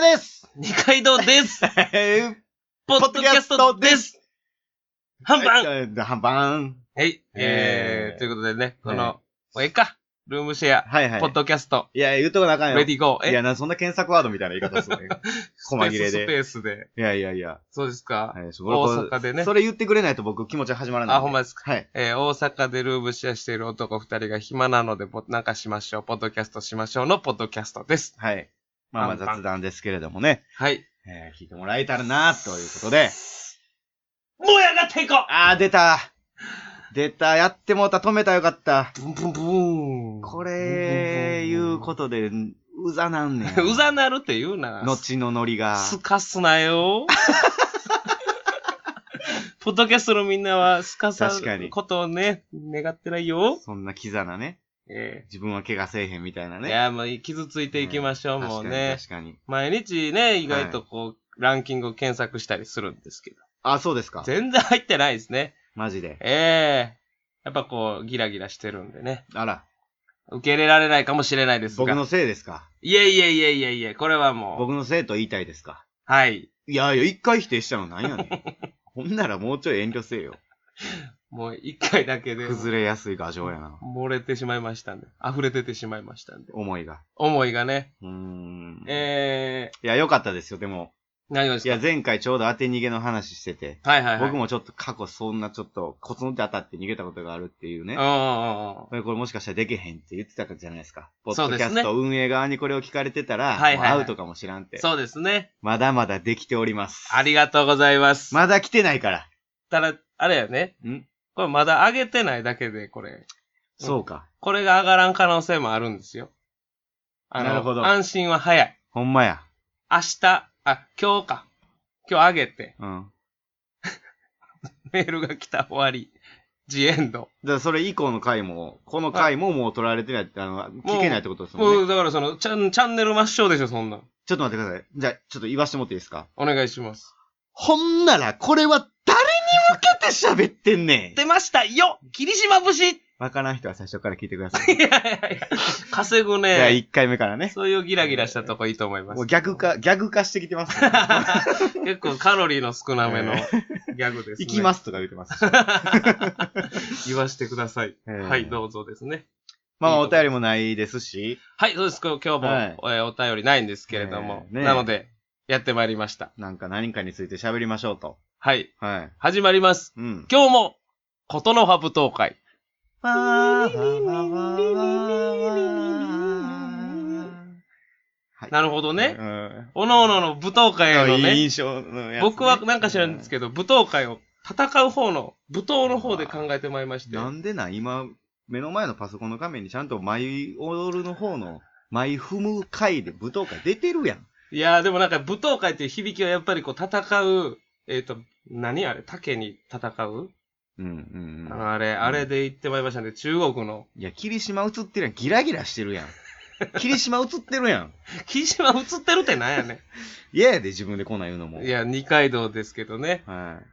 です。二階堂 です。ポッドキャストです。半半番ン半バンはい。ええーー、ということでね、こはの、もうええか。ルームシェア、はいはい。ポッドキャスト、いや、言うとこなあかんよ。レディーゴー。いや、え、な、そんな検索ワードみたいな言い方 するね。細切れスで。ペースで。いやいやいや。そうですか。はい、そ大阪でねそれ言ってくれないと僕気持ち始まらない。あほんまですか。はい。えー、大阪でルームシェアしている男二人が暇なので、ポなんかしましょう、ポッドキャストしましょうのポッドキャストです。はい。まあまあ半々雑談ですけれどもね。はい。えー聞いてもらえたらな、ということで。もうやがっていこあー、出た。出た。やってもうた。止めた。よかった。うブンブンブーン。。これ、いうことで、うざなんねん うざなるって言うな。後のノリが。すかすな よ。ポッドキャストのみんなは、すかさ確かにることをね、願ってないよ。そんなキザなね。え自分は怪我せえへんみたいなえね。いや、もう傷ついていきましょう、もうね。確かに。確かに毎日ね、意外とこう、ランキングを検索したりするんですけど。あ、そうですか。全然入ってないですね。マジで。ええやっぱこう、ギラギラしてるんでね。あら、受け入れられないかもしれないですが。僕のせいですか。いえいえいえいえいえ、これはもう。僕のせいと言いたいですか。はい。いやいや、一回否定したのなんやね ん。ほんならもうちょい遠慮せえよ。もう一回だけで。崩れやすい画像やな。漏れてしまいましたんで。溢れててしまいましたんで。思いが。思いがね。うーん。えいや、良かったですよ、でも。ー、何がですいかや、前回ちょうど当て逃げの話してて。はいはいはい。僕。もちょっと過去そんなちょっとコツンって当たって逃げたことがあるっていううねんう。んうん。これこれもしかしたらできへんって言ってたじゃないですか。ポそッうドでキすャねスト運営側にこれを聞かれてたら、はいはいはいもうアウトかもしらんって。そうですね。まだまだできております。ありがとうございます。まだ来てないから。ただ、あれやね。んこれまだ上げてないだけで、これ。そうか。これが上がらん可能性もあるんですよ。あのなるほど安心は早い。ほんまや。明日、あ、今日か。今日上げて、うん。メールが来た終わり。ジエンド。だからそれ以降の回も、この回ももう取られてない、あの、聞けないってことですもんもね。う、だからその、チャンチャンネル抹消でしょ、そんなん。ちょっと待ってください。じゃあ、ちょっと言わしてもらっていいですかお願いします。ほんなら、これは誰に向けて喋ってんねん出ましたよ霧島節 わからん人は最初から聞いてください。いやいやいや、稼ぐじゃあ、ね。 1回目からね。そういうギラギラしたとこいいと思います。もうギャグ。化、ギャグ化してき てますね、結構カロリーの少なめのギャグですね。。行きますすとか言ってますし。言わしてください。えーはい、どうぞですね。まあ、お便りもないですし、はい、そうです。今日も、はえいーお便りないんですけれども。えーねなので、やってまいりました。なんか何かについて喋りましょうと。はい、はい。始まります。うん。今日も、ことの葉舞踏会。はいなるほどね。うんおのおのの舞踏会へのいいね、印象のやつね僕はなんか知らんですけど、舞踏会を戦う方の、舞踏の方で考えてまいりまして。なんでなん今、目の前のパソコンの画面にちゃんとマイオールの方のマイ踏む回で舞踏会出てるやん。いやー、でもなんか舞踏会っていう響きはやっぱりこう戦う、えっ、と、何あれ竹に戦う、うんうんあうん。の、あれ、あれで言ってまいりましたね。中国の。いや、霧島映ってるやん。ギラギラしてるやん。霧島映ってるやん。霧島映ってるってなんやね嫌やで、自分でこんなん言うのも。ん。いや、二階堂ですけどね。はい。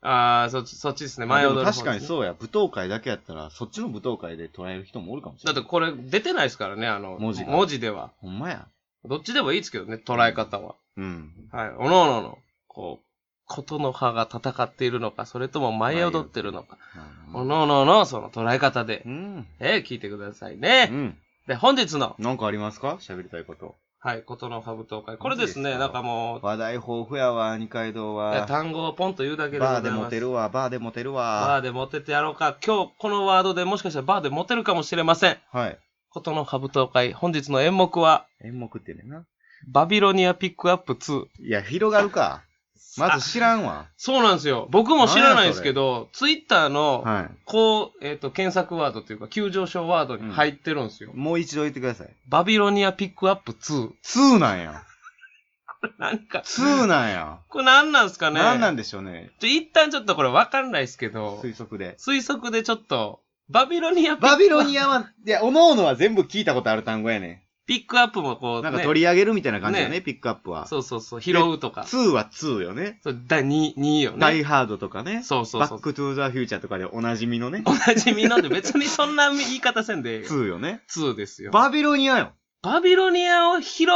あー、そっち、そっちですね。前で踊もる、確かにそうや。舞踏会だけやったら、そっちの舞踏会で捉える人もおるかもしだれっなてい。これ出てないですからね、あの、文字がでは。ほんまや。どっちでもいいですけどね、捉え方は。うん。はい。おのおのの、こう、ことの葉が戦っているのか、それとも舞い踊ってるのか。おのおのの、その捉え方でう、ん。えー聞いてくださいねう。ん。で、本日の、なんかありますか喋りたいこと。はい、ことのハブ東会。これですマジね、ですかなんかもう、話題豊富やわ、二階堂いやは。単語をポンと言うだけでござバーいでまモすテ。るわ、バーでモテるバーわ。でモテてやろうか。今日、このワードでもしかしたらバーでモテるかもしれません。はい。ことのハブ東会。本日の演目は、演目ってねんな。バビロニアピックアップ2。いや、広がるか。まず知らんわ。そうなんですよ。僕も知らないですけど、ツイッターの、はこう、えっ、と、検索ワードというか、急上昇ワードに入ってるんですよ。い。もう一度言ってください。バビロニアピックアップ2。 2なんや。なんか、 2なんや。これ何なんですかね何なんでしょうね。ちょ一旦ちょっとこれわかんないですけど、推測で。推測でちょっと、バビロニアピックアッバプビロニアは、いや、思うのは全部聞いたことある単語やね。ピックアップもこう、なんかね取り上げるみたいな感じよね、ねピックアップは。そうそうそう、拾うとか。 2は2よね。そう、第2、2よダね。イハードとかね。そうそうバそうッ。クトゥーザフューチャーとかでおなじみのね。 おなじみなんで別にそんな言い方せんでええよ。 2よね。 2ですよ。バビロニアよ。バビロニアを拾う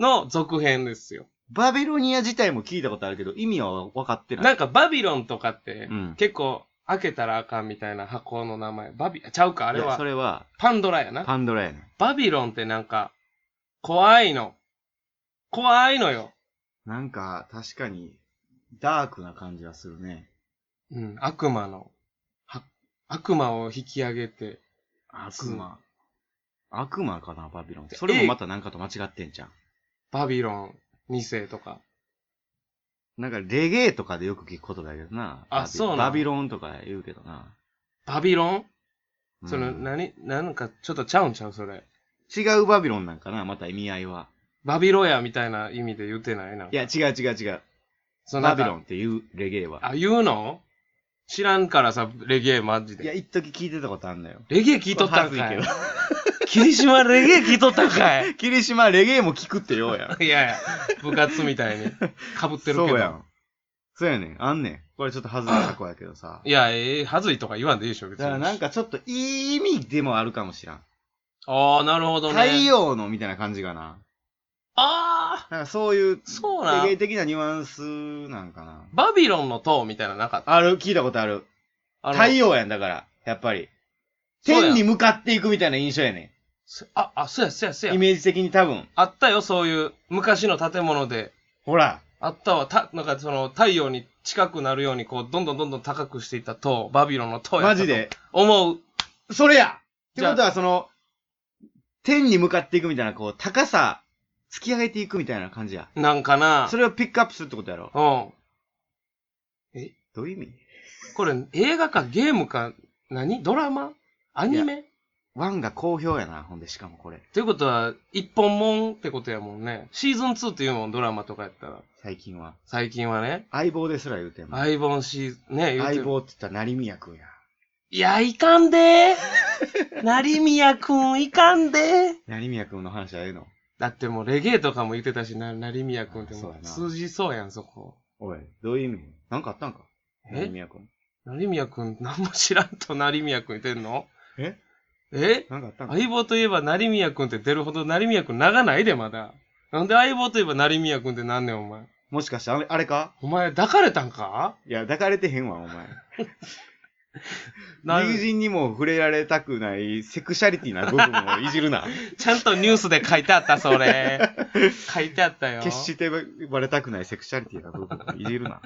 の続編ですよ。バビロニア自体も聞いたことあるけど、意味は分かってない。なんかバビロンとかってう、ん。結構開けたらあかんみたいな箱の名前。バビ、ちゃうか、ああれそは。れは、パンドラやな。パンドラやね。バビロンってなんか、怖いの。怖いのよ。なんか、確かに、ダークな感じがするね。うん、悪魔の、は悪魔を引き上げて、悪魔。悪魔かな、バビロンって。それもまたなんかと間違ってんじゃん。バビロン2世とか。なんか、レゲエとかでよく聞くことだけどな。あバビそうなのバビロンとか言うけどな。バビロン、うんその、何、なんかちょっとちゃうんちゃうそれ。違うバビロンなんかな、また意味合いは。バビロヤみたいな意味で言ってないなんかいや、、違う違う違う。そのなバんかビロンっていうレゲエは。あ、言うの知らんからさ、レゲエマジいや、で。一時聞いてたことあんだよ。レゲエ聞いとったんこかれい恥。霧島レゲエ聞いとったんか い。霧島レゲエも聞くってようやん。いやいや、部活みたいに被ってるけど。そうやん。そうやねん。あんねん。これちょっと恥ずかしいとこやけどさ。いや、ええはずいとか言わんでいいでしょ、別だからなんに。かちょっといい意味でもあるかもしらん。ああ、なるほどね。太陽のみたいな感じかな。ああ、なんかそういう、そうなんレゲエ的なニュアンスなんかな。バビロンの塔みたいなのなかった。ある、聞いたことある。あの太陽やんだから、やっぱり。そうや天に向かっていくみたいな印象やね。すあ、あ、そうや、そうや、そうんイや。メージ的に多分。あったよ、そういう、昔の建物で。ほら。あったわ、た、なんかその、太陽に近くなるように、こう、どんどんどんどん高くしていった塔、バビロンの塔やったマとジで。思う。それやってじゃこあとは、その、天に向かっていくみたいな、こう、高さ、突き上げていくみたいな感じや。なんかな。それをピックアップするってことやろ。うん。どういう意味これ、映画かゲームか、何ドラマアニメワンが好評やな、ほんで、しかもこれ。っていうことは、一本もんってことやもんね。シーズン2っていうもん、ドラマとかやったら。最近は。最近はね。相棒ですら言うてんもん相棒シーズン、ね、言うて相る棒って言ったら成宮くんや。いや、いかんでー。成宮くん、いかんでー。成宮くんの話はええのだってもうレゲエとかも言ってたしな、成宮くんってあそもうやうな通じそうやん、そこ。おい、どういう意味なんかあったんかえ成宮くん。成宮くん、なんも知らんと成宮くん言ってんのええなんかあったんか相棒といえば成宮くんって出るほど成宮くん長ないで、まだ。なんで相棒といえば成宮くんってなんねん、お前。もしかしてあれ、あれかお前、抱かれたんかいや、抱かれてへんわ、お前。 な 友人にも触れられたくないセクシャリティな部分をいじ るな。ちゃんとニュースで書いてあった、そ れ。書いてあったよ。決してバレたくないセクシャリティな部分をいじる な。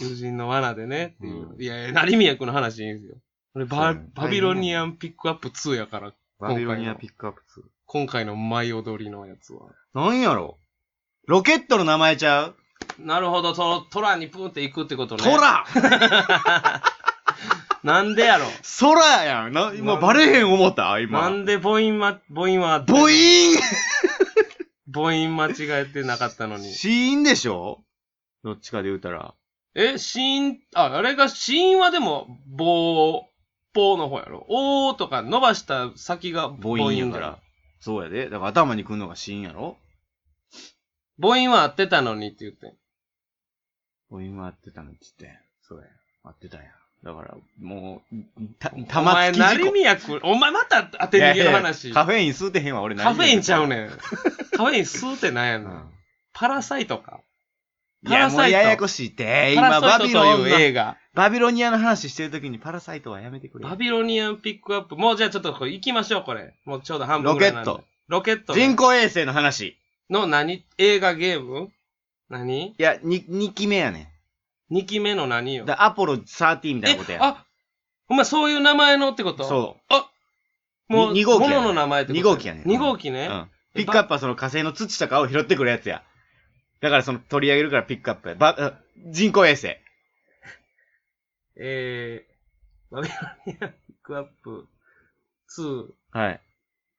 友人の罠でね、っていう。ういやいや、成宮君の話いいんですよ。これバ、そうねバビロニアンピックアップ2やから、バビロニアピックアップ2。今回の舞踊りのやつは。なんやろロケットの名前ちゃうなるほど、そのトラにプンって行くってことね。トラなんでやろ空やんな、今バレへん思ったな今。んで母音ま、母音はあってボイー母音間違えてなかったのンに。死因でしょどっちかで言うたら。え、死因、あ、あれが、死因はでも、棒、棒の方やろ。おーとか伸ばした先が母音やから。。そうやで。だから頭にくんのが死因やろ母音は合ってたのにって言ってん。母音は合ってたのって言って。そうや。合ってたやん。だから、もう、た、玉突きお前、事成故。宮君、お前また当て逃げの話。いやいやカフェイン吸うてへんわ、俺カフェインちゃうねねん。カフェイン吸うてなんやね。うんん。パラサイトか。いや、もうややこしいって。今、パラバサイビトとロいうンの、映画。バビロニアの話してるときにパラサイトはやめてくれ。バビロニアンピックアップ。もうじゃあちょっとこれ行きましょう、これ。もうちょうど半分ぐらいなんでロケット。ロケット。人工衛星の話。の何映画ゲーム何いや、に、2期目やね ?2 期目の何よん。。だアポロ13みたいなことえや。あお前そういう名前のってことそもう、に二号機やね物の名前ってこと二号機やね2号機う。うね。ん。ピックアップはその火星の土とかを拾ってくるやつや。だからその取り上げるからピックアップや。ば、あ人工衛星。えー、バビロニアンピックアップ2。はい。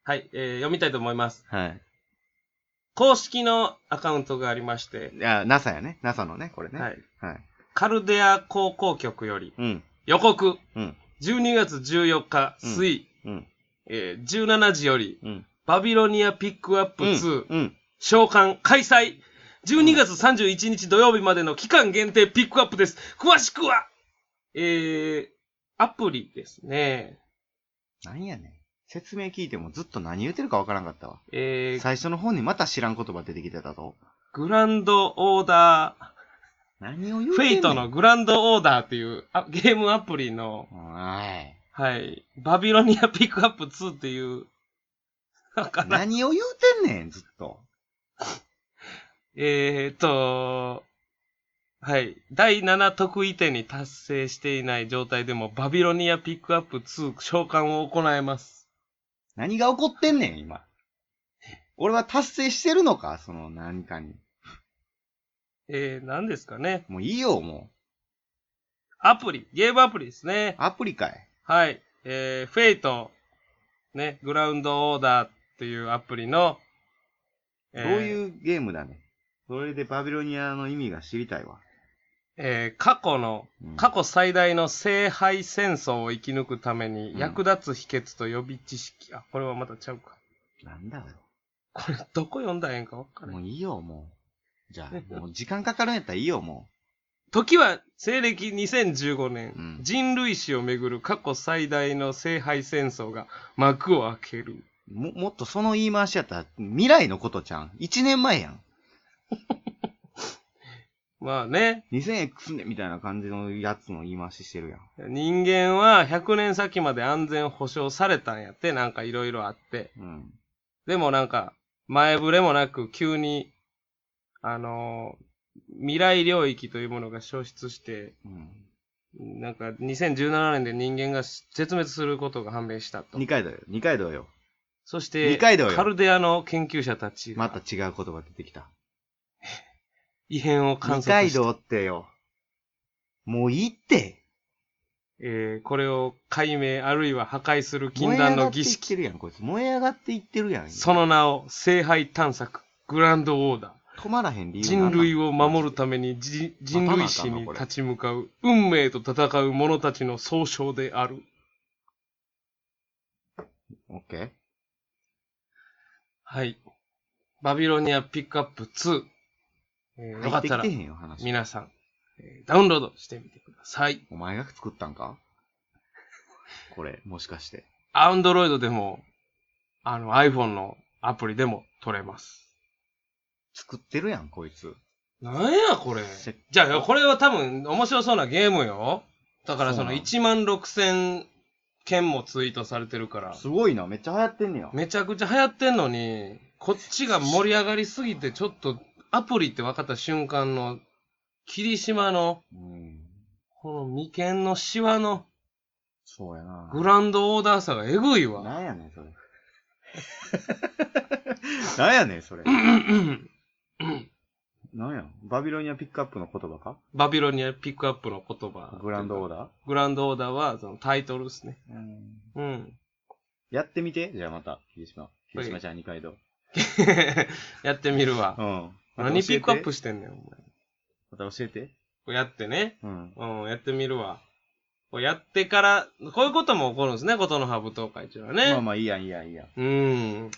はい、えー読みたいと思います。はい。公式のアカウントがありまして、いや、NASA やね。NASA のね、これね。。はいい、はい。カルデア高校局よりうん。予告、うん。 12月14日うん水、うん。えー17時よりうん。バビロニアピックアップうん。 2、うん。召喚開催12月31日土曜日までの期間限定ピックアップです。詳しくは、えー、アプリですね。なんやねん。説明聞いてもずっと何言ってるかわからんかったわ。えー、最初の方にまた知らん言葉出てきてたと。グランドオーダ何を言ー、うフてんねんェイトの。グランドオーダーっていうあゲームアプリの、はい。はい、バビロニアピックアップ2っていう、なんかな、何を言うてんねん、ずっと。えーっと、はい、第7得意点に達成していない状態でも、バビロニアピックアップ2召喚を行います。何が起こってんねん、今。俺は達成してるのかその何かに。えー、何ですかね。もういいよ、もアプリ、ゲームアプリですねう。。アプリかい。はい。えー、フェイト、ね、グラウンドオーダーっていうアプリの、どえうーいうゲームだね。それでバビロニアの意味が知りたいわ。えー過去の、うん過去最大の聖杯戦争を生き抜くために役立つ秘訣と予備知識。あ、これはまたちゃうか。なんだよ。これ、どこ読んだらええんかわからなもい。ういいよ、もう。じゃあ、もう時間かかるんやったらいいよ、も時は、西暦2015年、うん人類史をめぐる過去最大の聖杯戦争が幕を開ける。う。も、もっとその言い回しやったら、未来のことちゃん。1年前やん。まあね、 2000X 年みたいな感じのやつの言い回ししてるやん。人間は100年先まで安全保障されたんやって、なんかいろいろあって。うん。でもなんか、前触れもなく急に、あのー未来領域というものが消失して、うん。なんか2017年で人間が絶滅することが判明したと二。階堂よ、二階堂よ。そして、二階堂よカルデアの研究者たちまたが違う言葉出てきた。異変を観二測階した。堂ってよ。もういいって。えーこれを解明あるいは破壊する燃禁え上断がのってい儀っ式。てるやん、こいつ。燃え上がっていってるやん。その名を、聖杯探索、グランドオーダー。止まらへん理由人類を守ると。ためにじ人類史に立ち向かう運命と戦う者たちの総称である。オッケーはい。バビロニアピックアップ2。えーよか入っってたきらてへんよ、話。皆さん、えーダウンロードしてみてください。お前が作ったんかこれ、もしかして。アンドロイドでも、あの iPhone のアプリでも取れます。作ってるやん、こいつ。なんやこれ。せっじゃあ、これは多分面白そうなゲームよ。だからそのそうなの1万6000件もツイートされてるから。すごいな、めっちゃ流行ってんねや。めちゃくちゃ流行ってんのに、こっちが盛り上がりすぎて、ちょっとアプリって分かった瞬間の、霧島の、うん。この眉間のシワのそうやな。グランドオーダーさがえぐいわ。なんやねん、それ。 なんやねん、それ。なんやバビロニアピックアップの言葉かバビロニアピックアップの言葉。グランドオーダー。ダグランドオーダーはそのタイトルですね。ーうん。うん。 やってみて。じゃあまた、広島。広島ちゃん二階堂。やってみるわう。ん。何ピックアップししてんねん、お前。こまた教えて。うやってね。うん。うん、やってみるわ。こうやってから、こういうことも起こるんですね、ことの葉舞踏会中はね。まあまあ、いいやん、いいやん、いいやん。うーん。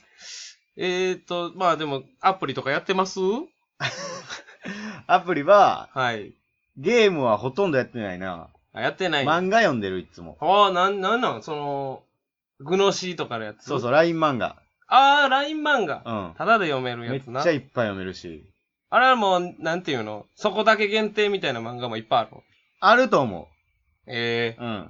えーと、まあでも、アプリとかやってますアプリは、はい。ゲームはほとんどやってないな。あ、やってない。あ漫画読んでる、いつも。あ、なん、なんなんその、グノシーとかのやつ。。そうそうう、LINE 漫画。ああ、LINE 漫画。うん。ただで読めるめやっちつなゃ。いっぱい読めるし。あれはもう、なんていうのそこだけ限定みたいな漫画もいっぱいあるの。あると思ええう。うん。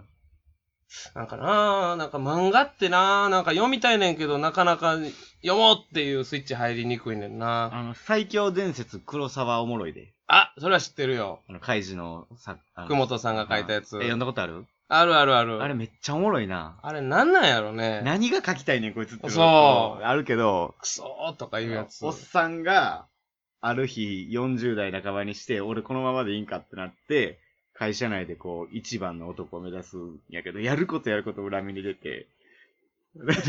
なんかなあなんか漫画ってなあなんか読みたいねんけど、なかなか読もうっていうスイッチ入りにくいねんなあの、最強伝説黒沢おもろいで。あ、それは知ってるよ。あの、カイジのさ、あの福本さんが書いたやつえ、。読んだことあるあるあるある。あれめっちゃおもろいな。あれなんなんやろね。何が書きたいねん、こいつって。そうあるけど、クソーとかいうやつおっ。さんが、ある日40代半ばにして、俺このままでいいんかってなって、会社内でこう、一番の男を目指すんやけど、やることやること裏目に出て、なん か、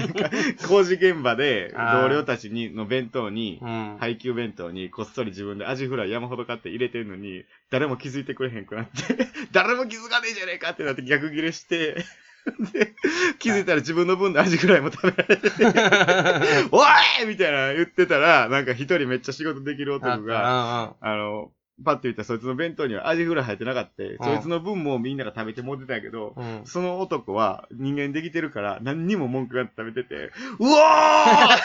工事現場で、あー同僚たちに、の弁当にう、ん。 配給弁当にこっそり自分でアジフライ山ほど買って入れてんのに、誰も気づいてくれへんくなって、 誰も気づかねえじゃねえかってなって逆ギレして、 で、気づいたら自分の分のアジフライも食べられてて、おいみたいな言ってたら、なんか一人めっちゃ仕事できる男が、ああの、パッと言ったらそいつの弁当にはアジフライ入ってなかった。んそいつの分もみんなが食べて持ってたんやけど、うん。その男は人間できてるから何にも文句がなく食べてて、うわ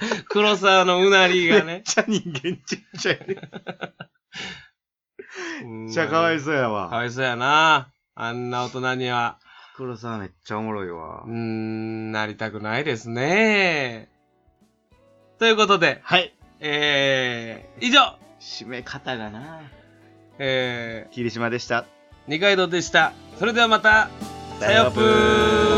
ー黒沢のうなりがめっね。ちゃ人間ちっちゃい。めっちゃかわいそそうやうかわわ。いそうやな。あんな大人には、黒沢めっちゃおもろいわうー。ん、なりたくないですね。ということで、はい。えー、以上、締め方がなえ霧島でした。ー、二階堂でした。それではまた、さよぷー